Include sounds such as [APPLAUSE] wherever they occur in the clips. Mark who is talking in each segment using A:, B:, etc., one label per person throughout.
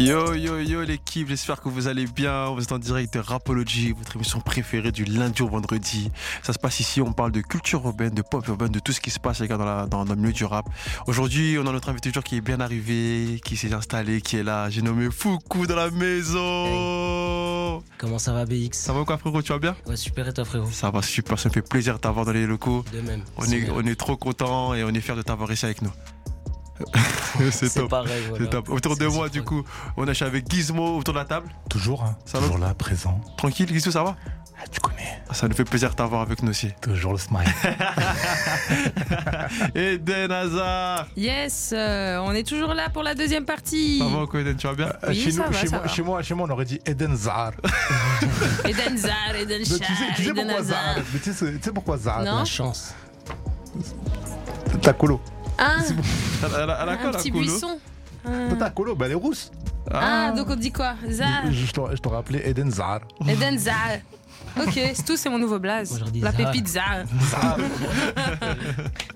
A: Yo yo yo l'équipe, j'espère que vous allez bien. Vous êtes en direct de Rapology, votre émission préférée du lundi au vendredi. Ça se passe ici, on parle de culture urbaine, de pop urbaine, de tout ce qui se passe les gars, dans, la- dans- dans le milieu du rap. Aujourd'hui, on a notre invité du jour qui est bien arrivé, qui s'est installé, qui est là. J'ai nommé Foucault dans la maison.
B: Comment ça va BX
A: Ça va ou quoi frérot, tu vas bien
B: Ouais super et toi frérot
A: Ça va super, ça me fait plaisir de t'avoir dans les locaux.
B: De même.
A: On
B: C'est
A: est,
B: bien.
A: on est trop content et on est fiers de t'avoir ici avec nous. [LAUGHS] C'est
B: C'est
A: top.
B: pareil voilà.
A: C'est top. Autour de
B: C'est
A: moi, du
B: réciproque.
A: coup, on est avec Gizmo autour de la table.
C: Toujours, hein,
A: Ça va
C: toujours là, présent.
A: Tranquille, Gizmo, ça va
C: Ah, tu connais,
A: Ça nous fait plaisir de t'avoir avec nous aussi.
C: toujours le [LAUGHS] smile.
A: Eden Hazard
D: Yes, euh, on est toujours là pour la deuxième partie.
A: Ça va quoi, Eden Tu vas bien
C: Euh, chez,
D: ça
C: nous,
D: va,
C: chez,
D: ça
C: moi,
D: va.
C: chez moi, chez moi, on aurait dit Eden
D: [LAUGHS]
C: Zahar. Mais
D: Eden Zar, Eden
C: tu sais,
D: Shah,
C: tu sais
D: Eden
C: pourquoi Zahar
D: Hazard.
C: Mais tu sais, tu sais pourquoi Zahar
D: Non.
B: La chance.
C: Ta colo.
D: Ah,
A: Elle a- elle a- elle a quoi,
D: un
A: la
D: petit
A: colo
D: buisson. Ah.
C: hein, Ta colo, bah, elle est rousse.
D: Ah, donc on dit quoi Zar,
C: Je, je t'aurais- je t'aurais appelé Eden Zahar.
D: Eden Zar. Ok, c'est tout, c'est mon nouveau blaze.
B: Moi, je leur dis
D: La
B: Zar.
D: pépite Zar. [LAUGHS]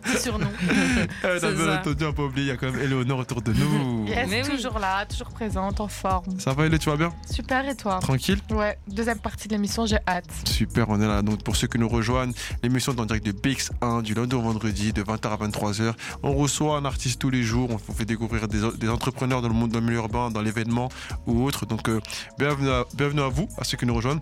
D: Petit surnom.
A: Eh, t'as
D: C'est
A: bien
D: ça.
A: entendu, on peut oublier, il y a quand même Eleonore autour de
D: [LAUGHS]
A: nous.
E: Yes,
D: Mais oui.
E: toujours là, toujours présente, en forme.
A: Ça va, Ele, tu vas bien
E: Super, et toi
A: Tranquille
E: Ouais, deuxième partie de l'émission, j'ai hâte.
A: Super, on est là. Donc, pour ceux qui nous rejoignent, l'émission est en direct de BX1 du lundi au vendredi de 20h à 23h. On reçoit un artiste tous les jours. On vous fait découvrir des, des entrepreneurs dans le monde dans le milieu urbain, dans l'événement ou autre. Donc, euh, bienvenue, à, bienvenue à vous, à ceux qui nous rejoignent.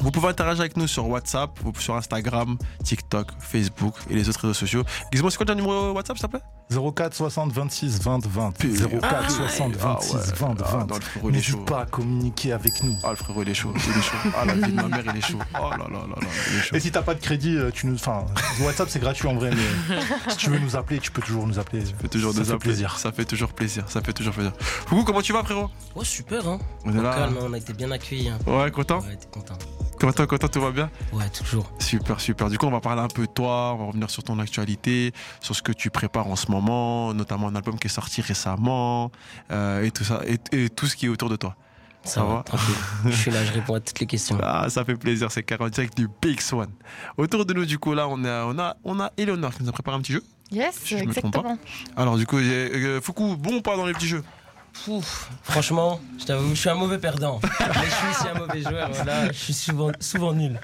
A: Vous pouvez interagir avec nous sur WhatsApp, ou sur Instagram, TikTok, Facebook et les autres réseaux sociaux. Gizmo, c'est quoi ton numéro WhatsApp, s'il te plaît
C: 04 60 26 20 20.
A: Putain.
C: 04 60
A: Ah ouais.
C: 26 20
A: Ah,
C: 20.
A: non, le frérot, il est chaud.
C: N'hésite pas à communiquer avec nous.
A: Ah, le frérot, il est chaud. Il est chaud. Ah, la vie de ma mère, il est chaud. Oh là là là là, il est chaud.
C: Et si t'as pas de crédit, euh, tu nous. Enfin, [LAUGHS] WhatsApp c'est gratuit en vrai, mais si tu veux nous appeler, tu peux toujours nous appeler.
A: Ça fait toujours
C: Ça
A: des
C: fait
A: applaudissements.
C: plaisir.
A: Ça fait toujours plaisir. Ça fait toujours plaisir. Coucou, comment tu vas, frérot
B: Oh super hein.
A: On est là.
B: Calme, hein, on a été bien accueillis. hein.
A: Ouais, content
B: Ouais, t'es content.
A: Content, content, tout va bien
B: Ouais, toujours.
A: Super, super. Du coup, on va parler un peu de toi, on va revenir sur ton actualité, sur ce que tu prépares en ce moment, notamment un album qui est sorti récemment, euh, et tout ça, et, et tout ce qui est autour de toi.
B: Ça,
A: Ça va
B: tranquille. Je suis là, je réponds à toutes les questions.
A: Ah, ça fait plaisir, c'est carré en direct du Big Swan. Autour de nous, du coup, là, on a, on a, on a Eleonore qui nous a préparé un petit jeu.
E: Yes,
A: Si je me trompe
E: exactement.
A: Alors, du coup, euh, euh, Foucault, bon ou pas dans les petits jeux
B: Pouf, franchement, je t'avoue, je suis un mauvais perdant. Mais je suis aussi un mauvais joueur. Voilà, je suis souvent, souvent nul.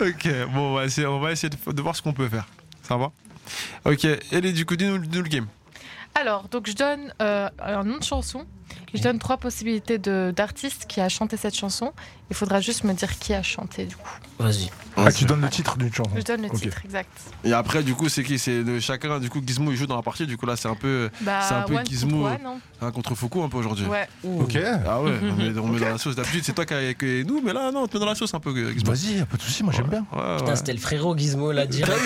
A: Ok, bon, on va essayer, on va essayer de, de voir ce qu'on peut faire. Ça va Ok, Elé, du coup, dis-nous dis-nous le game.
E: Alors, donc je donne euh, un nom de chanson. et Je donne trois possibilités de- d'artistes qui a chanté cette chanson. Il faudra juste me dire qui a chanté du coup.
B: Vas-y.
C: Ah, tu donnes le titre d'une chanson.
E: Je donne le
C: Ok.
E: titre exact.
A: Et après, du coup, c'est qui C'est le- chacun, du coup, Gizmo, il joue dans la partie. Du coup, là, c'est un peu
E: Bah,
A: C'est un peu
E: One
A: Gizmo.
E: Foot One, hein.
A: un contre Foucault un peu aujourd'hui.
E: Ouais.
C: Ok.
A: Ah ouais, on met, on met dans la sauce. D'habitude, c'est toi qui avec nous, mais là, non, on te met dans la sauce un peu, Gizmo.
C: Vas-y, y a pas de soucis, moi j'aime bien.
A: Ouais, ouais.
B: Putain, c'était le frérot Gizmo là direct.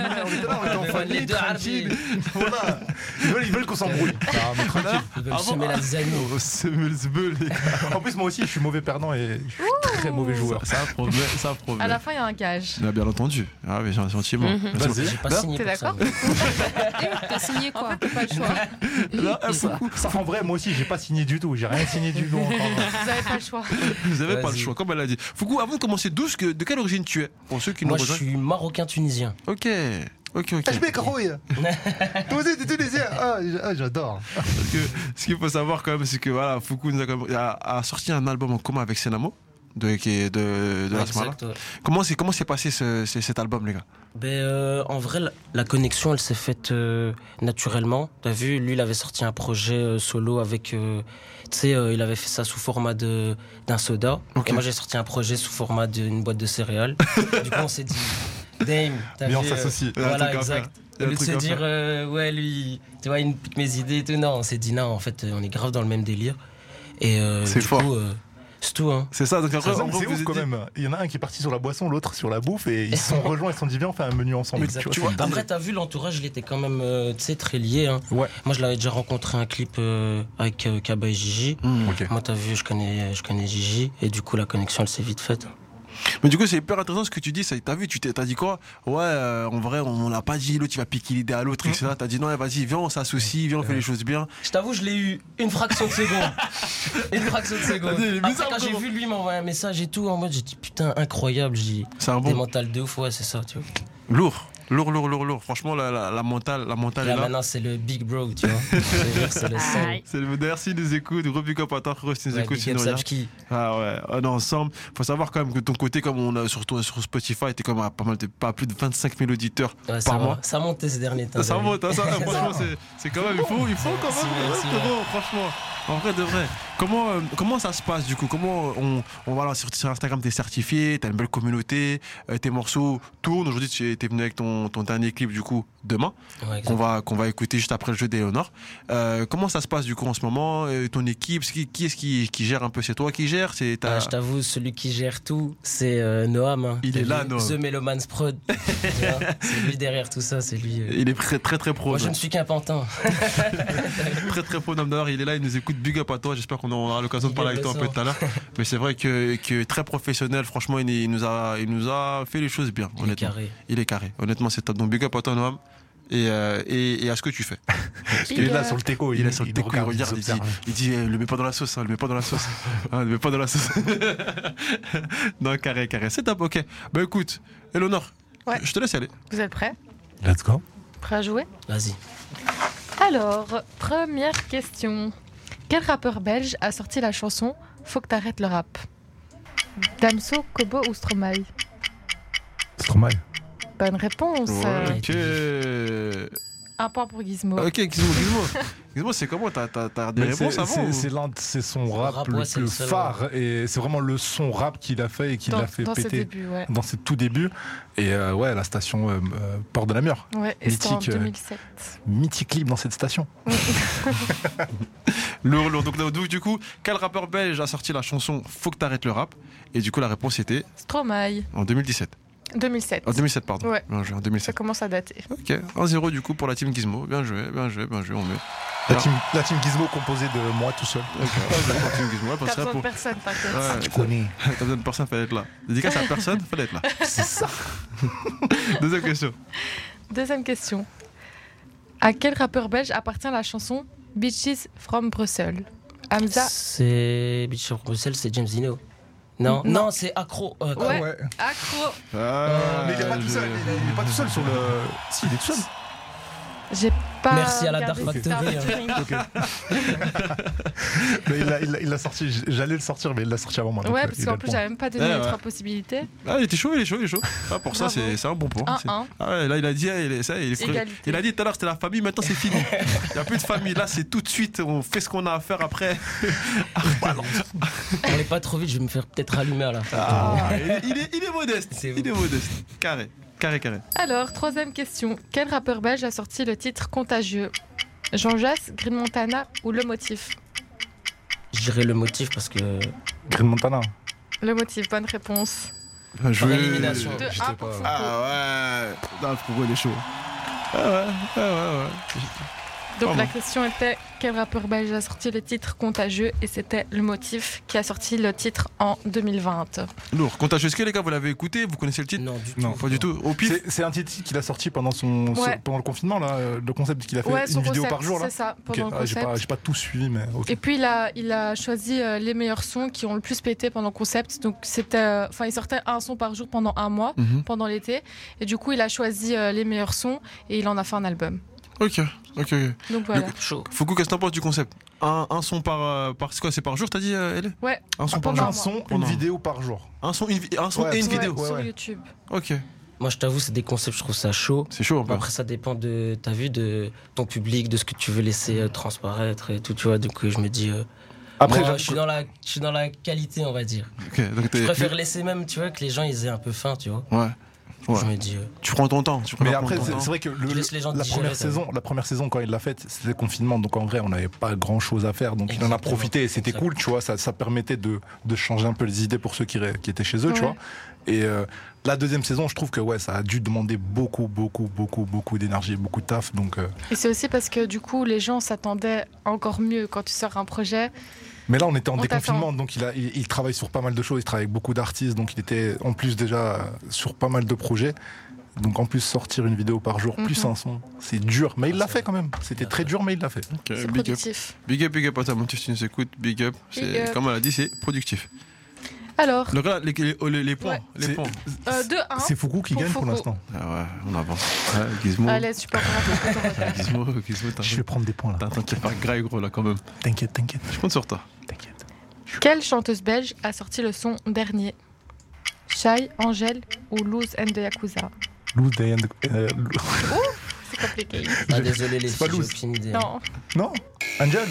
C: en famille,
B: Les deux
C: tranquille.
B: Harvey.
C: Voilà. [LAUGHS] Ils veulent, ils veulent qu'on s'embrouille. Ah, mais tranquille.
B: Ils veulent
A: Ah bon
B: semer la zano.
A: Oh, c'est meule, c'est meule, les gars.
C: En plus, moi aussi, je suis mauvais perdant et je suis très mauvais joueur.
A: Ça a problème, ça a
E: À la
A: problème.
E: fin, il y a un gage.
A: On a bien entendu. Ah, mais j'ai un sentiment.
D: Mhm.
A: Là,
C: Vas-y.
B: J'ai pas
C: Là,
B: signé
E: t'es
B: pour ça.
E: d'accord
D: T'as signé quoi
E: Pas le choix.
A: là, eh,
B: Ça.
A: Foucault,
C: Ça, en vrai, moi aussi, j'ai pas signé du tout. J'ai rien signé du tout encore. [LAUGHS]
E: Vous avez pas le choix.
A: vous avez pas le
B: Vas-y.
A: choix, comme elle a dit. Foucault, avant de commencer, d'où, ce que- de quelle origine tu es Pour ceux qui nous
B: Moi, je
A: rejoignent.
B: suis marocain-tunisien.
A: Ok, ok, ok.
C: mets [LAUGHS] Karoui. Toi aussi, t'es tunisien. Ah, j- ah, j'adore.
A: Parce que ce qu'il faut savoir quand même, c'est que voilà, Foucault nous a, quand même- a- a sorti un album en commun avec Senamo. De, qui est de, de la Smala.
B: Exact, ouais.
A: Comment s'est comment s'est passé ce- ce- cet album, les gars
B: Ben, euh, en vrai, la, la connexion, elle s'est faite euh, naturellement. T'as vu, lui, il avait sorti un projet euh, solo avec. euh, tu sais, euh, il avait fait ça sous format de- d'un soda.
A: Ok.
B: Et moi, j'ai sorti un projet sous format d'une boîte
A: [LAUGHS]
B: de céréales. du coup, on s'est dit, Dame, t'as vu.
C: Mais on
B: euh,
C: s'associe.
A: Il y a un
B: voilà,
A: truc à
B: exact.
A: faire. Il y
B: Au
A: a un
B: lieu de
A: truc
B: se
A: à
B: dire,
A: faire.
B: euh, ouais, lui, tu vois, il me pique mes idées et tout. Non, on s'est dit, non, en fait, euh, on est grave dans le même délire. Et euh,
A: C'est
B: du
A: fort.
B: coup, euh, c'est tout, hein.
A: C'est ça, donc après,
C: C'est
A: en gros, vous
C: ouf
A: êtes
C: quand
A: dit-
C: même. Il y en a un qui est parti sur la boisson, l'autre sur la bouffe et ils se sont rejoints. Ils se sont dit, viens, on fait un menu ensemble.
B: Exact.
C: Tu vois, c'est dingue.
B: Après, t'as vu, l'entourage, il était quand même, euh, tu sais, très lié. hein.
C: Ouais.
B: Moi, je l'avais déjà rencontré un clip euh, avec euh, Kaba et Gigi.
A: Hmm.
C: Ok.
B: Moi, t'as vu, je connais, je connais Gigi. Et du coup, la connexion, elle s'est vite faite.
A: Mais du coup, c'est hyper intéressant ce que tu dis. ça. T'as vu, tu t'es- t'as dit quoi Ouais, euh, en vrai, on l'a pas dit, l'autre il va piquer l'idée à l'autre, etc. T'as dit non, eh, vas-y, viens, on s'associe, viens, on fait les choses bien.
B: Je t'avoue, je l'ai eu une fraction de [LAUGHS] seconde. une fraction de seconde.
A: Attends, il est
B: Après,
A: bizarre,
B: quand j'ai
A: comment
B: vu lui m'envoyer un message et tout, en mode, j'ai dit, putain, incroyable. J'ai dit,
A: C'est un
B: des
A: bon.
B: mentales de ouf, ouais, c'est ça, tu vois.
A: Lourd, lourd, lourd, lourd, lourd. Franchement, la, la, la mentale, la mentale
B: Là,
A: est là.
B: maintenant, c'est le big bro, tu vois. Je te jure, c'est le seul.
A: C'est le merci de nous écoute. Gros big up à toi, frérot, si tu nous
B: Ouais,
A: écoutes,
B: big
A: si
B: up
A: nous regardes.
B: Sapski.
A: Ah ouais, on est ensemble. Faut savoir quand même que de ton côté, comme on a surtout sur Spotify, t'es quand même à pas mal, de- pas à plus de 25 000 auditeurs
B: Ouais, ça,
A: par
B: va-
A: mois.
B: ça montait ces derniers temps.
A: Ça
B: j'avoue.
A: monte, hein, [LAUGHS] ça, franchement, c'est- c'est quand même, il faut, il faut quand
B: Merci,
A: même,
B: merci,
A: c'est
B: ouais.
A: bon, franchement. En vrai, de vrai. Comment, euh, comment ça se passe du coup Comment euh, on, on voilà, sur, sur Instagram, t'es certifié, t'as une belle communauté, euh, tes morceaux tournent. Aujourd'hui, tu es t'es venu avec ton, ton dernier clip du coup demain,
B: Ouais, exact.
A: qu'on va, qu'on va écouter juste après le jeu d'Eleonore. Euh, comment ça se passe du coup en ce moment Euh, Ton équipe, c'est qui, qui est-ce qui, qui gère un peu C'est toi qui gères C'est ta-
B: Ah, je t'avoue, celui qui gère tout, c'est euh, Noam. hein.
A: Il
B: T'as
A: est là,
B: vu
A: Noam.
B: The Meloman's
A: [LAUGHS]
B: Prod. tu vois. c'est lui derrière tout ça, c'est lui. euh.
A: Il est très très très pro.
B: Moi,
A: donc.
B: je ne suis qu'un pantin.
A: très très bon homme d'honneur. Il est là, il nous écoute. Big up à toi. J'espère qu'on aura l'occasion de
B: Big
A: parler
B: up
A: avec toi
B: le
A: un peu
B: sort.
A: tout à l'heure. Mais c'est vrai que, que très professionnel. Franchement, il, il nous a, il nous a fait les choses bien.
B: Il est
A: honnêtement,
B: carré.
A: il est carré. Honnêtement, c'est top. Donc big up à toi, Noam. Et, euh, et, et à ce que tu fais.
C: Il est là sur le teco.
A: Il est sur le déco, il regarde, il dit,
C: observe.
A: il dit eh, le mets pas dans la sauce, hein, le mets pas dans la [LAUGHS] sauce. Hein, le mets pas dans la sauce. [LAUGHS] non, carré, carré. C'est top, ok. Bah écoute, Eleonore,
E: Ouais.
A: je te laisse y aller.
E: Vous êtes prêts
C: Let's go.
E: Prêts à jouer
B: Vas-y.
E: Alors, première question. Quel rappeur belge a sorti la chanson Faut que t'arrêtes le rap Damso, Kobo ou Stromae
C: Stromae.
E: Bonne réponse. euh,
A: Ok.
E: Un point pour Gizmo.
A: Ok, Gizmo, Gizmo. Gizmo, c'est comment T'as- T'as t'as des
C: Mais c'est-
A: réponses avant
C: c'est-
A: ou-
C: C'est l'un de- c'est son rap,
B: rap,
C: le
B: ouais, c'est
C: plus
B: le seul,
C: phare et c'est vraiment le son rap qu'il a fait et qu'il
E: dans
C: a fait
E: dans ses
C: péter
E: débuts, ouais.
C: dans ses tout débuts. Et euh, ouais, la station euh, euh, Port de la Mure,
E: Ouais, et c'était en
C: Mythique, euh,
E: 2007.
C: mythique clip dans cette station.
A: Lourd, lourd. Donc, donc, du coup, quel rappeur belge a sorti la chanson Faut que t'arrêtes le rap Et du coup, la réponse était
E: Stromae,
A: en 2017.
E: 2007.
A: En 2007, pardon.
E: Ouais.
A: Bien joué, en
E: Ça
A: 2007.
E: commence à dater.
A: Ok, 1-0 du coup pour la team Gizmo. Bien joué, bien joué, bien joué, on met.
C: La
A: Alors.
C: team, la team Gizmo composée de moi tout seul.
A: Ok, la team Gizmo, elle
E: T'as
A: passera
E: besoin de
A: pour.
E: personne, t'inquiète.
A: Ouais,
C: connais.
A: [LAUGHS] t'as besoin de personne, fallait être là. Dédicace à personne, fallait être là.
C: C'est ça.
A: [LAUGHS] Deuxième question.
E: Deuxième question. À quel rappeur belge appartient la chanson Bitches from Brussels Hamza
B: C'est. Bitch sur Bruxelles, c'est James Dino. Non, non, c'est Accro. euh,
E: Ouais.
C: Ah Ouais.
E: Accro.
A: Ah,
C: Mais il est pas tout
A: je-
C: seul. Il est, il est pas tout seul sur le. Si, il est tout seul.
E: J'ai pas.
B: Merci à la
E: regardé
B: Dark
E: si c'était un
B: Factory, hein.
E: featuring.
C: Ok.
E: [LAUGHS]
C: Mais il l'a- il l'a il l'a sorti. J'allais le sortir, mais il l'a sorti avant moi. donc,
E: Ouais,
C: euh,
E: parce
C: il a
E: qu'en
C: le
E: plus,
C: point.
E: j'avais même pas donné
A: Ouais,
E: les
A: ouais.
E: trois possibilités.
A: Ah, il était chaud, il est chaud, il est chaud. Ah, pour ça,
E: Bravo.
A: c'est c'est un bon point. C'est-
E: 1-1.
A: Ah ouais, là, il a dit, ah, il est, ça, il est frais.
E: Égalité.
A: Il a dit tout à l'heure, c'était la famille, maintenant c'est fini. Il n'y a plus de famille. Là, c'est tout de suite, on fait ce qu'on a à faire après.
B: On est pas trop vite, je vais me faire peut-être rallumer à la fin.
A: Ah, il, est, il est- il est modeste.
B: C'est
A: il est modeste. Carré. Carré, carré.
E: Alors, troisième question. Quel rappeur belge a sorti le titre Contagieux Jean Jass, Green Montana ou Le Motif
B: Je dirais le motif parce que.
C: Green Montana.
E: Le Motif, bonne réponse.
B: Par élimination.
E: De
C: j'étais
E: 1
C: pas-
E: pour Foucault.
A: Ah ouais. Non, le frérot, il est chaud. Ah ouais, ah ouais, ouais.
E: Donc,
A: pardon.
E: la question était quel rappeur belge a sorti le titre Contagieux Et c'était Le Motif qui a sorti le titre en 2020.
A: Lourd. Contagieux, est-ce que les gars, vous l'avez écouté Vous connaissez le titre
B: Non, du
C: Non,
B: tout.
A: Pas du tout. Au pif.
C: C'est- C'est un titre qu'il a sorti pendant son son-
E: Ouais.
C: pendant le confinement là, euh, le concept qu'il a fait
E: Ouais,
C: une
E: son
C: vidéo
E: concept,
C: par jour là.
E: c'est ça,
C: Ok,
E: pendant le
C: ah, j'ai
E: concept.
C: pas, j'ai pas tout suivi, mais ok.
E: Et puis il a, il a choisi euh, les meilleurs sons qui ont le plus pété pendant le concept. Donc c'était, euh, enfin il sortait un son par jour pendant un mois,
A: Mhm.
E: pendant l'été. Et du coup il a choisi euh, les meilleurs sons et il en a fait un album.
A: Ok, ok, ok.
E: Donc voilà.
B: Chaud.
A: Foucault, qu'est-ce que t'en penses du concept un, un son par. euh, par c'est quoi C'est par jour, t'as dit, euh, elle
E: Ouais.
A: Un
B: Ah.
A: son par
E: Pendant
A: jour.
C: un
E: moi.
C: son,
A: Pendant
C: une
A: moi.
C: vidéo par jour.
A: Un son, une, vi- un son
C: Ouais,
A: et une
C: c'est
E: Ouais,
A: vidéo.
C: ouais,
E: sur
C: ouais.
E: YouTube.
A: Ok.
B: Moi, je t'avoue, c'est des concepts, je trouve ça chaud.
A: C'est chaud un peu.
B: Après, ça dépend de ta vue, de ton public, de ce que tu veux laisser euh, transparaître et tout, tu vois. Donc, euh, je me dis. euh,
C: Après,
B: moi,
C: j'avoue
B: je
C: que-
B: suis, dans la, je suis dans la qualité, on va dire.
A: Ok, donc
B: Je
A: t'es.
B: préfère laisser même, tu vois, que les gens ils aient un peu faim, tu vois.
A: Ouais. Ouais.
B: Je me dis. euh,
A: Tu prends ton temps. Tu prends
C: mais
A: ton
C: après,
A: temps.
C: c'est c'est vrai que le-
B: Tu laisses les gens
C: la
B: digérer,
C: première
B: ça.
C: saison, la première saison quand il l'a faite, c'était confinement, donc en vrai, on n'avait pas grand chose à faire, donc il en a
B: Exactement.
C: profité et c'était
B: Exactement.
C: cool, tu vois. Ça, ça permettait de, de changer un peu les idées pour ceux qui, ré- qui étaient chez eux, tu
E: Ouais.
C: vois. Et euh, la deuxième saison, je trouve que ouais, ça a dû demander beaucoup, beaucoup, beaucoup, beaucoup d'énergie, beaucoup de taf, donc. euh,
E: Et c'est aussi parce que du coup les gens s'attendaient encore mieux quand tu sors un projet.
C: Mais là, on était en
E: On
C: déconfinement,
E: t'attend.
C: donc il, a, il, il travaille sur pas mal de choses. Il travaille avec beaucoup d'artistes, donc il était en plus déjà euh, sur pas mal de projets. Donc en plus, sortir une vidéo par jour, plus
E: Mhm.
C: un son, c'est dur. Mais il
B: Ouais,
C: l'a
B: Ah, c'est
C: fait
B: vrai.
C: quand même. C'était
B: Ouais,
C: très
B: ouais.
C: dur, mais il l'a fait.
A: Ok,
E: C'est
A: Euh, big up.
E: productif.
A: Big up, big up à ta motif, si tu nous écoutes, big up. C'est-
E: Big up.
A: Comme elle a dit, c'est productif.
E: Alors,
A: Donc là, les, les- oh, les- les points.
E: Ouais.
A: Les
C: C'est-
A: points.
E: euh, 2-1.
C: C'est Foucault qui
E: Pour
C: gagne pour
E: Foucault.
C: l'instant.
A: Ah ouais, on avance. Ouais, Gizmo.
E: Allez, super. bravo, ton
A: [LAUGHS]
E: retard.
A: Gizmo, Gizmo, t'as-
C: Je vais prendre des points là.
A: Bah, t'as un truc pas grave, gros, là, quand même.
C: T'inquiète, t'inquiète,
A: Je compte sur toi.
C: t'inquiète.
E: Quelle chanteuse belge a sorti le son dernier Shai, Angèle ou Lose and the Yakuza
C: Lou Diane. de- euh, Lou-
E: C'est compliqué.
B: Ah, désolé, les
C: C'est pas
B: filles, j'ai
C: loose.
B: aucune idée.
E: Non,
C: [LAUGHS] Non Angel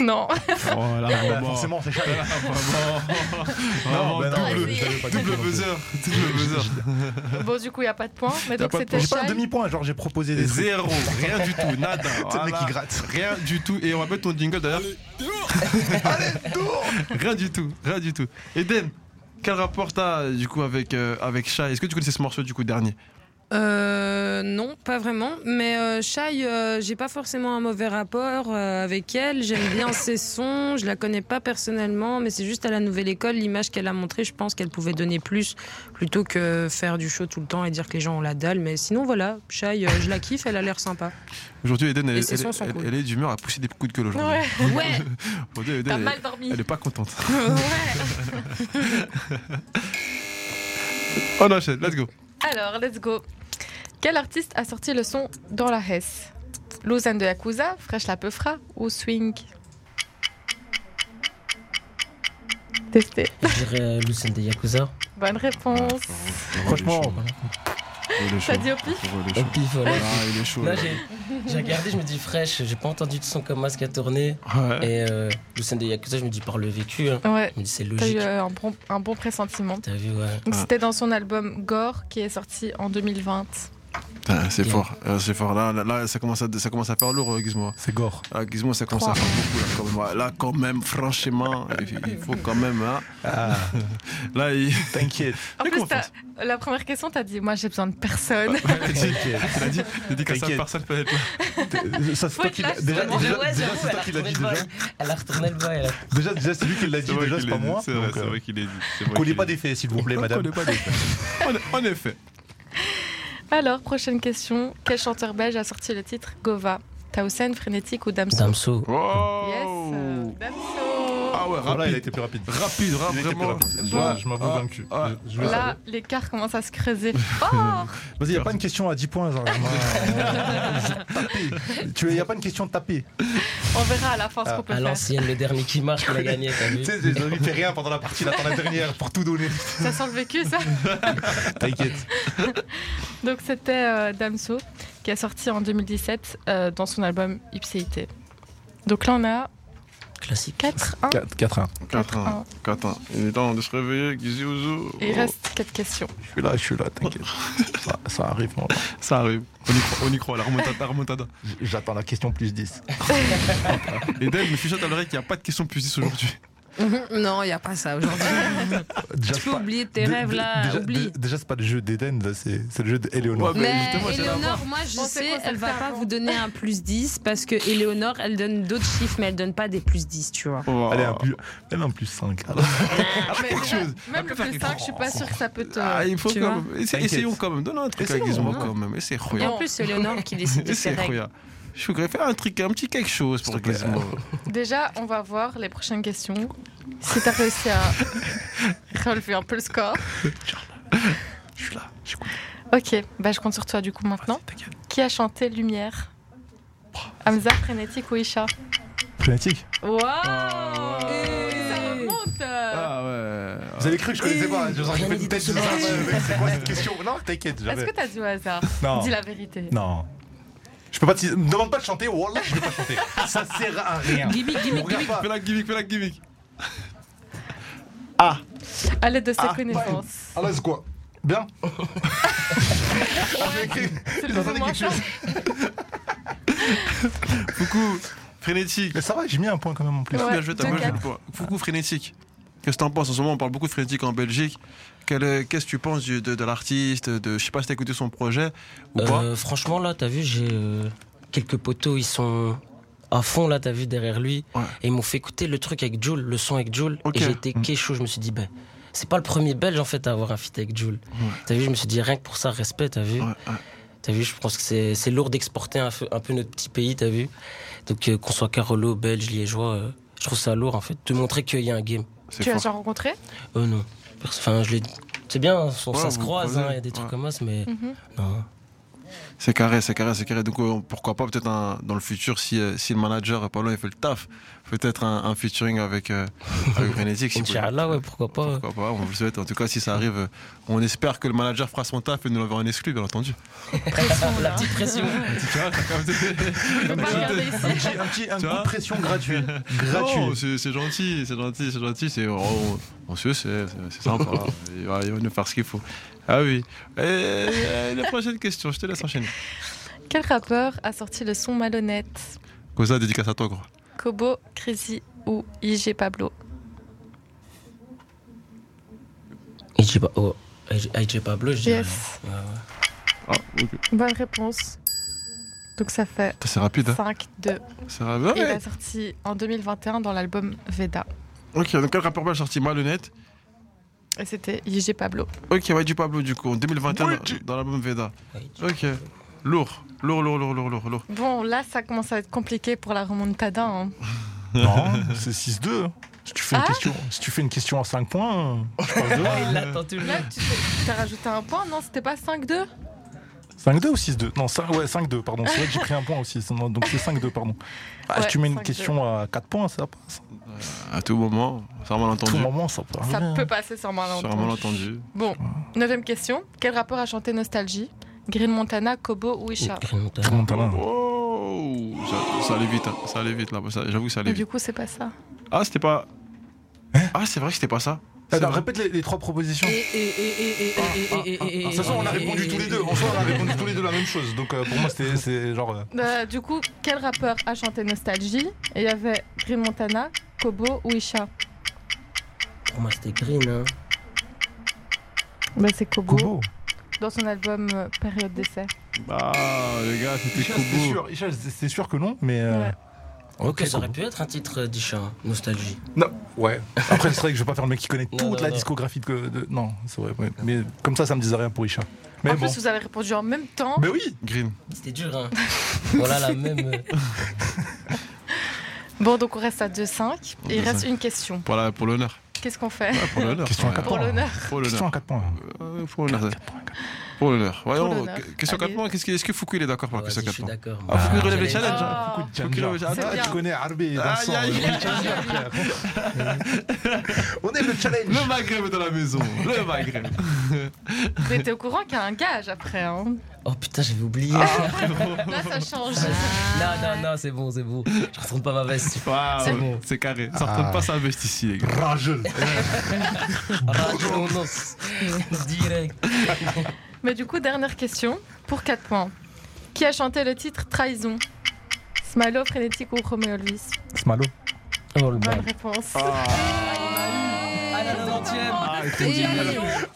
E: non.
A: Voilà,
C: Bah, Forcément,
A: [LAUGHS]
C: c'est chaud.
A: Bah, Non,
C: bah non,
A: Ah, double,
C: je- j'avais pas
A: double
C: compris non
A: buzzer. Double buzzer. [LAUGHS]
E: Bon, du coup, il n'y a pas de point.
A: Y
E: Mais
A: a
E: donc,
A: pas de
E: c'était
C: J'ai pas un
E: Shai.
C: demi-point, genre j'ai proposé des. trucs.
A: Zéro. Rien du tout. Nada.
C: C'est le mec
A: Voilà.
C: qui gratte.
A: Rien du tout. Et on va mettre ton jingle d'ailleurs.
E: [LAUGHS]
A: Rien du tout. Rien du tout. Eden, quel rapport t'as du coup avec, euh, avec Chat Est-ce que tu connaissais ce morceau du coup dernier
D: Euh, non, pas vraiment. Mais euh, Shai, euh, j'ai pas forcément un mauvais rapport euh, avec elle. J'aime bien ses sons. Je la connais pas personnellement, mais c'est juste à la nouvelle école, l'image qu'elle a montrée, je pense qu'elle pouvait donner plus plutôt que faire du show tout le temps et dire que les gens ont la dalle. Mais sinon, voilà, Shai, euh, je la kiffe. Elle a l'air sympa.
A: Aujourd'hui, Eden, elle,
D: Et ses
A: elle-
D: sons sont
A: elle-
D: cool.
A: elle est d'humeur à pousser des coups de gueule aujourd'hui.
E: Ouais,
D: Ouais,
A: Aujourd'hui, Eden,
E: t'as
A: elle-
E: mal dormi.
A: elle est pas contente. [LAUGHS]
D: ouais.
A: On enchaîne, let's go.
E: Alors, let's go. Quel artiste a sorti le son dans la Hesse Lose and the Yakuza, Fresh La Peufra ou Swing Testé.
B: Je dirais euh, Lucien de Yakuza.
E: Bonne réponse.
C: Franchement,
E: T'as dit au pif
B: Au pif, voilà.
A: Ah, il est chaud.
B: Là, j'ai j'ai regardé, je me dis fraîche, j'ai pas entendu de son comme masque à tourner. Et euh, Lucien de Yakuza, je me dis par le vécu, hein.
E: Ouais,
B: je me dis c'est
E: t'as
B: logique.
E: eu euh, un bon, un bon pressentiment.
B: T'as vu, ouais.
E: Donc,
A: Ah.
E: C'était dans son album Gore qui est sorti en 2020.
A: Putain, c'est
B: Bien.
A: fort, euh, c'est fort. Là, là, là, ça, commence à, ça commence à faire lourd, euh, Gizmo.
C: c'est gore.
A: Ah, Gizmo, ça commence à
E: Trois.
A: faire beaucoup. Là, quand même, Ouais, Là, quand même franchement, il il faut quand même. hein. Là, il.
C: Ah,
A: [LAUGHS]
C: T'inquiète,
E: En
A: Mais
E: plus,
A: comment
E: t'as- la première question, t'as dit Moi, j'ai besoin de personne.
C: t'inquiète.
A: Il a dit, il a dit qu'à ça,
C: T'inquiète.
A: personne peut être là.
C: Ça, c'est
E: Faut
C: toi
E: être
C: qui
E: là,
C: l'as- déjà,
E: justement.
C: déjà,
B: ouais,
C: déjà,
B: j'avoue,
C: c'est
B: elle
C: toi
B: a
C: qui l'as
B: retourné
C: dit
B: le
C: déjà.
B: bal. Elle a retourné le bas, elle a
C: Déjà, déjà, c'est lui qui l'a dit,
A: vrai
C: déjà,
A: qu'il
C: c'est
A: l'a
C: pas
A: dit,
C: moi.
A: C'est vrai,
C: donc,
A: c'est
C: euh,
A: vrai qu'il est dit. c'est vrai
C: Collez
A: qu'il
C: pas
A: est dit.
C: des faits, s'il vous plaît,
A: On
C: madame.
A: connaît pas des faits. En- En effet.
E: Alors, prochaine question. Quel chanteur belge a sorti le titre Gova Tausen, Frénétique ou Damso
B: Damso.
A: Wow.
E: Yes, euh,
D: Oh.
E: Damso
A: Oh. Ah ouais,
C: Voilà, il a
A: rapide.
C: été plus rapide.
A: Rapide, rap,
C: Il a été plus
A: vraiment.
C: rapide. Je-
A: Ouais.
C: Je m'avoue
A: Ah,
C: vaincu.
A: ah,
C: Je- je vais savoir.
E: Là, l'écart commence à se creuser fort
C: Vas-y, il n'y a pas une question à 10 points.
D: [LAUGHS]
C: genre, vraiment, euh, tapé. Tu- Il n'y a pas une question de taper.
E: On verra à la fin ce qu'on peut
B: À
E: faire.
B: l'ancienne, le dernier qui marque, il a gagné, t'as vu.
A: [LAUGHS]
C: Tu sais, j'ai jamais fait rien pendant la partie, il attend la dernière pour tout donner.
E: Ça sent le vécu, ça
C: T'inquiète.
E: Donc, c'était euh, Damso qui a sorti en 2017 euh, dans son album Ipséité. Donc là, on a
B: Classique.
E: 4-1.
C: 4-1.
A: 4
E: 4-1.
A: ans. 4 ans. Il est temps de se réveiller, Guizy Ouzou. Oh,
E: Et
D: Oh.
E: il reste 4 questions.
C: Je suis là, je suis là, t'inquiète. Ça, ça arrive. mon gars.
A: Ça arrive. On y croit, on y croit. La remontada, la remontada.
C: J- J'attends la question plus 10.
A: Eden me fichote à l'oreille qu'il n'y a pas de question plus 10 aujourd'hui.
D: [LAUGHS] Non, il y a pas ça
C: [LAUGHS]
D: aujourd'hui.
C: Déjà,
D: Tu
C: c'est
D: peux
C: pas-
D: oublier tes
C: dé- dé-
D: rêves là.
C: déjà-
D: Oublie.
C: dé- Déjà, c'est pas le jeu d'Eden, là, c'est c'est le jeu d'Eleonore.
A: Ouais,
D: Mais
A: justement, j'allais
D: Euh, Éléonore, moi je
E: On s'est
D: sais, elle va
E: concerté
D: pas
E: avant.
D: vous donner un plus 10 parce que Éléonore, elle donne d'autres chiffres, mais elle donne pas des plus 10, tu vois.
A: Oh.
C: Elle est un plus, elle est un plus 5.
E: Mais déjà, même le plus 5, je suis pas sûre que ça peut te.
A: Ah, il faut
D: Tu
A: quand
D: vois.
A: même. Essa-
C: T'inquiète.
A: Essayons quand même. Donne un truc à
C: Essayons, hein.
A: Gizmo
C: non.
A: quand même. Essayons.
D: Et en
A: Roya.
D: plus, c'est Éléonore qui
C: [LAUGHS]
D: décide de ses
A: Essayons,
D: règles.
A: Roya. Je voudrais faire un truc, un petit quelque chose pour
C: S'il te plaît.
A: Gizmo.
E: Déjà, on va voir les prochaines questions. Si t'as
C: [LAUGHS]
E: réussi à relever un peu le score.
C: Je suis là, j'écoute.
E: Ok, bah je compte sur toi du coup maintenant.
C: T'inquiète.
E: Qui a chanté Lumière
C: Bah,
E: Hamza, Frénétique ou Isha
C: Frénétique
E: Waouh
A: Ah, ouais.
E: Ça remonte euh.
A: Ah ouais.
C: Vous avez cru que je connaissais pas Je vous en
B: Rien
C: fait
B: dit
C: une tête,
B: de
C: je vous en
B: ce
C: fait- c'est quoi cette question Non, t'inquiète,
E: Est-ce
C: j'avais.
E: que t'as dit au hasard
C: Non.
E: Dis la vérité.
C: Non. Je peux pas te... Me demande pas de chanter, wallah, je peux pas chanter. [LAUGHS] Ça sert à rien.
D: Gimmick,
C: On
D: gimmick,
C: regarde
D: gimmick.
C: pas. [LAUGHS]
A: Fais la gimmick, fais la gimmick.
E: À l'aide de ses
C: Ah,
E: connaissances.
C: Alors, c'est quoi Bien J'ai écrit.
E: C'est
C: Ils
E: plus
C: ont
E: ou
C: entendu
E: moins
C: quelque
E: ça.
C: chose.
A: Foucault, frénétique.
C: Mais ça va, j'ai mis un point quand même en plus.
E: Ouais.
A: Bien joué, t'as
E: deux,
A: bien joué le
E: quatre.
A: point. Foucault, frénétique. Qu'est-ce que t'en penses En ce moment, on parle beaucoup de frénétique en Belgique. Quel est- Qu'est-ce que tu penses du- de, de l'artiste de, Je sais pas si t'as écouté son projet ou pas.
B: Euh, franchement, là, t'as vu, j'ai euh, quelques poteaux, ils sont à fond, là, t'as vu, derrière lui.
A: Ouais.
B: Et ils m'ont fait écouter le truc avec Jules, le son avec Jules.
A: Ok. Mm.
B: Et j'ai été qu'est chaud, je me suis dit, ben, c'est pas le premier belge, en fait, à avoir un feat avec Jules. T'as vu, je me suis dit, rien que pour ça, respect, t'as vu.
A: Ouais, ouais.
B: T'as vu, je pense que c'est- c'est lourd d'exporter un, peu- un peu notre petit pays, t'as vu. Donc, euh, qu'on soit Carolo, belge, liégeois, euh, je trouve ça lourd, en fait, de montrer qu'il y a un game.
A: C'est
E: Tu l'as
A: fort.
E: déjà rencontré
B: Euh, non. Parce- Enfin, je l'ai. C'est bien, on-
A: Ouais,
B: ça se
A: vous
B: croise,
A: croisez,
B: hein, il y a des trucs
A: ouais.
B: comme ça, mais
E: Mhm.
B: non.
A: C'est carré, c'est carré, c'est carré. Donc euh, pourquoi pas peut-être un- dans le futur si, euh, si le manager euh, Pablo il fait le taf, peut-être un, un featuring avec euh, avec
B: [LAUGHS]
A: Renésic, si
B: Inch'Allah,
A: vous-
B: ouais, pourquoi pas. ouais.
A: Pourquoi pas, on vous le souhaite. En tout cas, si ça arrive, euh, on espère que le manager fera son taf et nous l'enverra en exclu, bien entendu.
E: Pression,
B: [LAUGHS] La
E: là.
B: petite
E: [LAUGHS]
B: pression.
E: Je peux pas regarder
C: Un
E: ici.
C: petit, un petit- un
A: Tu
C: coup
A: vois
C: de pression gratuit.
A: Non,
C: [LAUGHS] gratuit.
A: c'est c'est gentil, c'est gentil, c'est gentil. C'est oh, on, on se sait, c'est- c'est sympa. il, va, il va nous faire ce qu'il faut. Ah oui. Et, euh, la prochaine question, je te laisse enchaîner.
E: Quel rappeur a sorti le son Malhonnête
A: Cosa dédicace à toi, gros.
E: Kobo, Crazy ou IG Pablo
B: IJ Pa- oh, IJ IJ Pablo, je dirais.
E: Yes.
B: Ouais, ouais.
A: Ah, ok. Putain,
E: Bonne réponse. Donc ça fait
A: C'est rapide. Hein.
E: 5-2.
A: C'est rapide. Ah
E: Il
A: ouais.
E: a sorti en 2021 dans l'album Veda.
A: Ok, donc quel rapport belge sorti malhonnête
E: Et c'était IG Pablo.
A: Ok, ouais, du Pablo, du coup, en 2021, dans, dans l'album Veda.
B: Ouais, IJ.
A: Ok. Lourd, lourd, lourd, lourd, lourd, lourd. lourd.
E: Bon, là, ça commence à être compliqué pour la remontada. hein.
C: Non, c'est 6-2. Si tu, fais une
E: Ah.
C: question, si tu fais une question à 5 points, je [LAUGHS] passe devant.
B: Il l'attend toujours.
E: Là, tu as rajouté un point, non C'était pas 5-2
C: 5-2 ou 6-2 Non, 5, ouais, 5-2, pardon. C'est vrai que j'ai pris un point aussi. Non, Donc c'est 5-2, pardon. Ah,
E: Ouais,
C: si tu mets une
E: 5-2.
C: question à 4 points, ça passe.
A: À tout moment, c'est un
C: À tout
A: malentendu.
C: moment, ça passe.
E: Ça peut passer sur moi
A: C'est un malentendu.
E: Bon, neuvième question. Quel rappeur a chanté Nostalgie Green Montana, Kobo ou Isha
B: Green Montana.
C: Tout le monde a l'un.
A: Oh, ça, ça allait vite, hein. ça allait vite là. Ça- J'avoue que ça allait
E: Et
A: vite.
E: du coup, c'est pas ça.
A: Ah, c'était pas. Ah, c'est vrai que c'était pas ça. C'est
C: Attends,
A: vrai.
C: Eh, ben, répète les, les trois propositions.
B: Et- et- et- et- et- et- et- et- et- et-
C: Ah, De toute façon, on a
B: et-
C: répondu
B: et-
C: tous les
B: et-
C: deux. En soi, [LAUGHS] on a répondu tous les deux la même chose. Donc euh, pour moi, c'était c'est genre. euh,
E: Euh, du coup, quel rappeur a chanté Nostalgie Et il y avait Green Montana, Kobo ou Isha
B: Pour moi, c'était Green. hein.
E: Bah, c'est Kobo,
C: Kobo.
E: dans son album euh, Période d'essai.
A: Bah, les gars, c'était
C: Isha, C'est
A: Kobo.
C: sûr, Isha, c'est- c'est sûr que non, mais. euh,
E: Ouais.
B: Ok, ça aurait
C: Kobo.
B: pu être un titre euh, d'Isha, hein. Nostalgie.
C: Non, ouais. Après, c'est vrai que je vais pas faire le mec qui [LAUGHS] connaît
B: Non,
C: toute
B: non,
C: la
B: non.
C: discographie de. de- Non, c'est vrai. ouais. Mais comme ça, ça me disait rien pour Isha. Mais
E: en
C: bon.
E: plus, vous avez répondu en même temps.
C: Mais oui.
A: Green.
B: C'était dur,
E: [LAUGHS]
B: hein. On a la même. euh,
E: Bon, donc on reste à 2-5. Et il
A: Deux,
E: reste
A: cinq.
E: une question.
A: Pour, la- pour l'honneur.
E: Qu'est-ce qu'on fait
C: Bah,
A: Ouais, Ah, pour l'honneur.
C: Question à
A: Ouais,
C: quatre
E: Pour
C: points.
E: l'honneur.
A: Pour
C: Question
A: l'honneur.
C: à 4 points.
A: Euh, Pour l'honneur. Pour l'honneur. Voyons,
E: l'honneur.
A: que- question 4
E: Allez.
A: points. Qu'est-ce que- Est-ce que Foucault il est d'accord pour la
B: ouais,
A: question
B: je
A: 4
B: suis
A: points
B: d'accord. Bah,
A: Ah, faut que je relève
B: J'allais-
A: les challenges. hein.
E: Ah.
C: Beaucoup de
A: Faut que je relève les challenges.
C: challenges.
E: C'est
C: Ah,
E: bien.
C: tu connais Harbi et
A: Aïe,
C: Vincent,
A: aïe,
C: euh,
A: aïe.
C: challenger, frère. On est le challenge.
A: Le Maghreb est dans la maison. Le Maghreb.
E: Vous étiez Ah, au courant qu'il y a un gage après. Hein.
B: Oh putain, j'avais oublié.
E: Ah. Là, ça change.
B: [LAUGHS]
C: Ah.
B: Non, non, non, c'est bon, c'est bon. Je retourne pas
A: [LAUGHS]
B: ma veste.
A: Waouh,
B: C'est bon.
A: C'est carré. Ça retourne
C: Ah.
A: pas sa veste ici, les gars.
C: Rageux.
B: Raconte.
E: [LAUGHS]
B: Direct.
E: Mais du coup, dernière question pour 4 points. Qui a chanté le titre Trahison Smalo, Frénétique ou Romeo Elvis
C: Smalo.
B: Oh le
E: Bonne
B: bal.
E: réponse.
B: Ah, la 90e.
A: Ah, il
D: Et-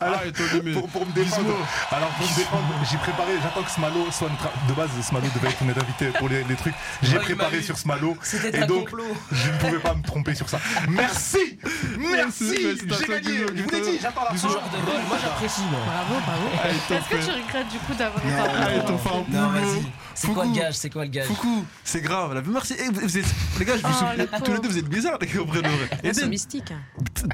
A: Ah, il est tombé.
C: Pour, pour me défendre, alors pour me défendre, j'ai préparé, j'attends que Smalo soit une tra- De base, Smalo devait être notre invité pour les, les trucs.
B: Oh,
C: J'ai
B: il m'a
C: préparé
B: eu.
C: sur Smalo.
B: C'était
C: Et
B: un
C: donc-
B: complot.
C: Je ne pouvais pas me tromper sur ça.
D: Ah,
C: Merci Merci J'ai
A: Félicitations,
C: gagné
A: Guillaume.
C: Je vous l'ai dit, j'attends la
B: Ce
C: fin
B: genre de rôle, moi j'apprécie. moi.
D: Bravo, bravo.
A: Ah, il t'en
E: Est-ce que
A: fait.
E: tu regrettes du coup d'avoir été
A: Ah,
E: un
A: il
E: peu
A: t'en fait un
B: Non,
A: boulot.
B: vas-y. C'est quoi le
A: Foucault.
B: gage C'est quoi le gage
A: Foucault, c'est grave. La merci. Eh, vous- vous êtes- les gars, je vous
E: Oh,
A: souviens-
E: le
A: tous les
E: pauvre.
A: deux, vous êtes bizarres, les gars, auprès de vrai.
D: Ah,
A: Et
D: C'est
A: des-
D: mystique.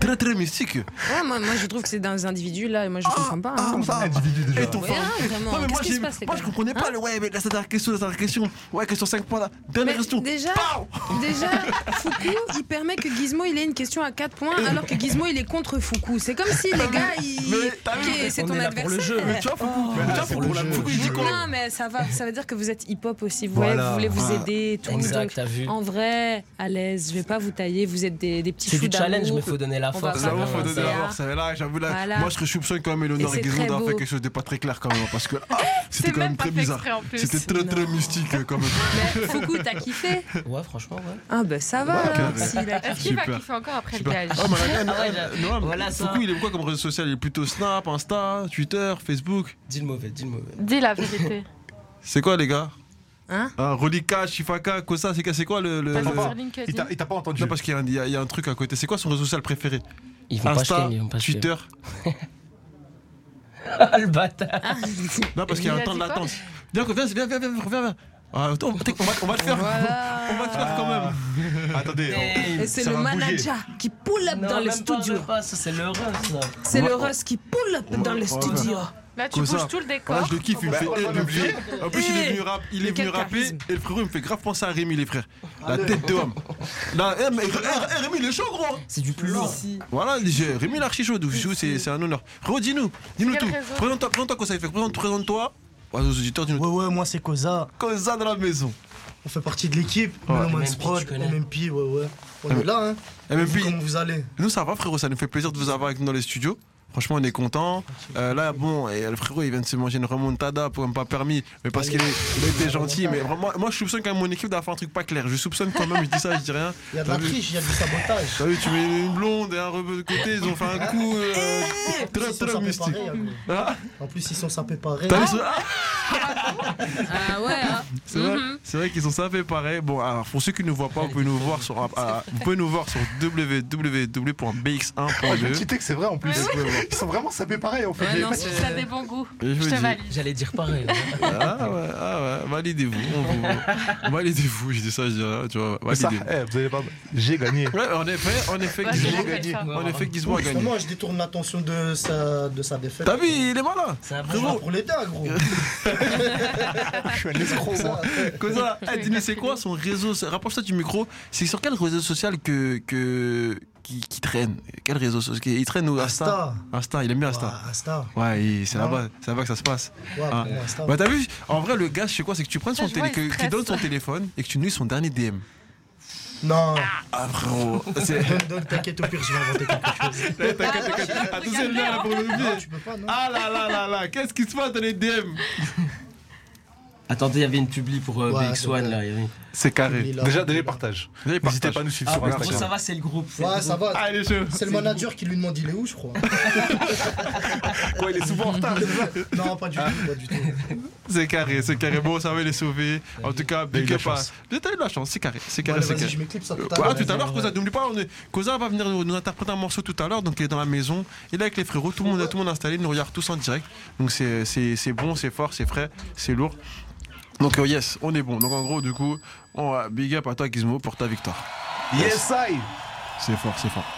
A: très très mystique.
D: Ouais, Ah, moi, moi, je trouve que c'est dans les individus là, et moi je
A: Ah,
D: comprends pas. hein.
A: comme ça.
C: Individu déjà.
A: Et ton
D: Ouais,
A: phare.
D: hein, vraiment.
A: Ouais, mais moi,
D: Qu'est-ce qui
A: j'ai-
D: se passe, les
A: moi,
D: gars Hein
A: je comprenais pas le ouais, mais la dernière question, la dernière question. Ouais, question 5 points là. Dernière
D: Mais
A: question.
D: déjà, déjà, Foucault, il permet que Gizmo il ait une question à 4 points alors que Gizmo il est contre Foucault. C'est comme si les gars, ils-
A: Euh. Ah, mais t'as vu,
D: Ok, c'est
B: On
D: ton
B: est là pour le
D: adversaire.
B: jeu.
A: Tu vois, Foucault,
B: Oh,
A: tu vois,
B: pour
A: Foucault,
B: le
A: la-
B: jeu.
A: Foucault, il dit qu'on-
D: Non, mais ça va, ça veut dire que vous êtes hip-hop aussi. Vous, voyez,
C: Voilà.
D: vous voulez vous
C: Voilà.
D: aider et tout.
B: Exact, t'as vu.
D: Donc, en vrai, à l'aise, je vais pas vous tailler, vous êtes des, des petits
B: C'est
D: fous
B: du challenge,
D: d'amour.
B: mais faut donner la
D: On va
B: force.
D: pas
A: J'avoue,
B: Ouais,
A: faut
D: commencer
A: donner
B: ouais,
A: la
B: ouais.
D: à-
A: force, mais là, j'avoue, là,
D: Voilà.
A: moi je soupçonne quand même
D: Et
A: Eleonore
D: c'est
A: et Guizmo
D: très
A: d'avoir
D: beau.
A: fait quelque chose de pas très clair quand même, parce que ah, c'était
E: C'est
A: quand même
E: même pas
A: très
E: fait
A: bizarre.
E: exprès en plus.
A: C'était très très mystique euh, quand même.
D: Mais Foucault, t'as kiffé
B: Ouais, franchement, ouais.
D: Ah, ben ça va.
A: Ouais,
D: alors,
A: carré.
D: s'il a
E: Est-ce qu'il va
A: Super.
E: kiffer encore après
A: Je sais pas.
E: le gage
A: Ah, mais la mienne,
B: Ah ouais,
A: elle-
B: là.
A: non, mais
B: Voilà ça.
A: Foucault, il est quoi comme réseau social Il est plutôt Snap, Insta, Twitter, Facebook.
B: Dis le mauvais, dis le mauvais.
E: Dis la vérité.
A: Euh, C'est quoi, les gars
D: Hein
A: Hein, Relika, Shifaka, Kosa, c'est quoi- c'est quoi le. le-
E: Parce
A: le-
E: que
C: Papa,
E: sur LinkedIn.
C: Il t'a- il t'a pas entendu.
A: Non, parce qu'il y a un- il y, a- il y a un truc à côté. C'est quoi son réseau social préféré
B: Ils vont pas
A: Insta,
B: chier, ils vont pas chier.
A: Twitter.
B: Ah, le bâtard.
A: Non, parce qu'il y a
E: Il
A: un
E: a
A: temps de
E: dit quoi
A: latence. Viens, viens, viens, viens, viens, viens, viens. Ah, attends, on, va, on va le faire.
D: Voilà.
A: On va le faire quand même. [LAUGHS] Attendez. on-
D: Et c'est
A: ça
D: le
A: va bouger.
D: manager qui pull
B: Ah,
D: up dans le studio.
B: C'est le ça.
D: C'est
A: Ouais,
D: le
A: ouais.
D: Russ qui pull up dans le
A: ouais.
D: studio.
E: Là, tu
A: Comme ça.
E: bouges tout le décor.
A: Voilà, je le kiffe, il me fait il me fait- En plus, il est venu, rap, il
D: Mais
A: est venu
D: quel
A: rapper
D: charisme.
A: et le frérot, il me fait grave penser à Rémi, les frères. La tête de homme. Là, eh, mais, eh, eh, Rémi, il est chaud, gros.
B: C'est du plus lourd.
A: Voilà, j'ai- Rémi, l'archi chaud. donc, C'est c'est un honneur. Frérot, dis-nous. Dis-nous
E: Quel
A: tout.
E: réseau
A: Présente-toi, présente-toi, quoi ça fait. Présente- Présente-toi. aux auditeurs, dis-nous
F: Ouais, ouais, moi c'est Koza.
A: Comme ça dans la maison.
F: On fait partie de l'équipe.
A: Ouais.
F: Meloman's
B: MMP,
F: Prod,
B: tu connais.
F: MMP, ouais, ouais. On
A: Ah, mais-
F: est là, hein.
A: Et même
F: Vous,
A: puis,
F: Comment vous allez
A: Nous, ça va, frérot, ça nous fait plaisir de vous avoir avec nous dans les studios. Franchement, on est content. Euh, là, bon, et le frérot, il vient de se manger une remontada pour même pas permis, mais parce qu'il est- il était gentil. Mais vraiment, moi, je soupçonne quand même mon équipe d'avoir fait un truc pas clair. Je soupçonne quand même, je dis ça, je dis rien.
F: Il y a de la
A: T'as vu
F: triche, il y a du sabotage.
A: T'as vu, tu mets une blonde et un rebeu de côté, ils ont fait un coup euh,
D: Eh,
A: très,
F: Ils sont
A: très
F: sapés
A: mystique.
F: pareil, hein,
A: Ah,
F: gros. En plus, ils sont sapés pareil.
A: T'as vu ce- ah,
D: Ah ouais. hein.
A: [LAUGHS] C'est vrai,
D: Mhm.
A: c'est vrai qu'ils ont ça fait pareil. Bon, alors pour ceux qui ne nous voient pas, vous pouvez nous voir sur, ah, vous pouvez nous voir sur
C: Ah, je vais te
A: www.bx1.de.
C: citer que c'est vrai en plus. [LAUGHS] Ils sont vraiment sapés pareil en fait.
D: Ouais,
C: J'ai
D: non,
C: pas-
D: c'est-
E: Ça a des bons goûts.
A: Et
E: Je
A: vous
E: te
A: dis-
E: valide.
B: J'allais dire pareil. hein.
A: Ah ouais, ah ouais, validez-vous. On vous...
E: [LAUGHS]
A: validez-vous, je dis ça, je dis rien, tu vois,
C: Mais ça,
A: validez.
C: eh, vous allez pas. J'ai gagné.
A: Ouais, en effet, en effet,
E: Bah,
A: Gizmo-
C: l'ai
E: c'est bon, faites
C: gagné.
E: ça.
A: en effet, Gizmo a gagné.
F: Moi, je détourne l'attention de sa, de sa défaite.
A: T'as
F: Ah,
A: vu, il est malin.
B: C'est un
F: Je suis là
A: Frérot.
F: pour l'aider, hein, gros.
C: Je suis un escroc, moi.
A: [LAUGHS] Cosa, eh, dis-nous, c'est quoi son réseau so- Rapproche-toi du micro. C'est sur quel réseau social que, que qui, qui traîne Quel réseau social Il traîne au Insta.
F: Asta.
A: Insta, il aime bien Insta.
F: Ouais, Asta.
A: Ouais, il- c'est
F: Non.
A: là-bas, c'est là-bas que ça se passe.
F: Ouais,
A: Ah.
F: bon, Asta.
A: Bah t'as vu, en vrai le gars, je sais quoi, c'est que tu prends son
E: Je vois,
A: téléphone,
E: il
A: que tu
E: stresse.
A: donnes son téléphone et que tu nuis son dernier DM.
F: Non,
A: Ah frérot, c'est
F: donne, donne, t'inquiète, au pire, je vais inventer quelque
A: [LAUGHS]
F: chose.
A: T'inquiète, t'inquiète. Attends, c'est le là pour le
F: Non,
A: oublier.
F: tu peux pas, non
A: Ah là là là là, qu'est-ce qui se passe dans les DM
B: Attendez, il y avait une publi pour euh,
F: Ouais, c'est
B: BX1
F: vrai.
B: là. il y avait-
A: C'est
F: Oublie
A: carré.
F: là,
C: Déjà,
F: oublie
C: déjà
F: là.
C: partage.
A: Allez,
C: N'hésitez
A: partage.
C: pas à nous suivre
B: Ah,
C: sur
D: bah,
B: en gros, ça
C: Instagram.
B: va, c'est le groupe. c'est le
F: Ouais, ça
B: groupe.
F: va.
A: Ah, il est chaud.
F: C'est le manager qui lui demande il est où,
A: [LAUGHS]
F: je crois.
C: Quoi, il est souvent en retard.
F: Non, pas du tout, pas du tout.
A: C'est carré, c'est carré. Bon, ça va les sauver. En tout cas,
C: T'as eu
A: big
C: de la
A: up à.
C: chance.
A: Mais T'as eu de la chance, c'est carré, c'est
F: Bon,
A: carré,
F: allez,
A: c'est
F: Vas-y,
A: carré.
F: je m'éclipse à tout à
A: Euh,
F: l'heure.
A: ah, tout à l'heure,
F: vas-y,
A: Koza, n'oublie pas, on est... Koza va venir nous, nous interpréter un morceau tout à l'heure, donc il est dans la maison, il est avec les frérots, tout le monde, tout le monde installé, il nous regarde tous en direct, donc c'est- c'est c'est bon, c'est fort, c'est frais, c'est lourd. Donc euh, yes, on est bon. Donc en gros, du coup, on va big up à toi Gizmo pour ta victoire.
C: Yes, I.
A: C'est fort, c'est fort.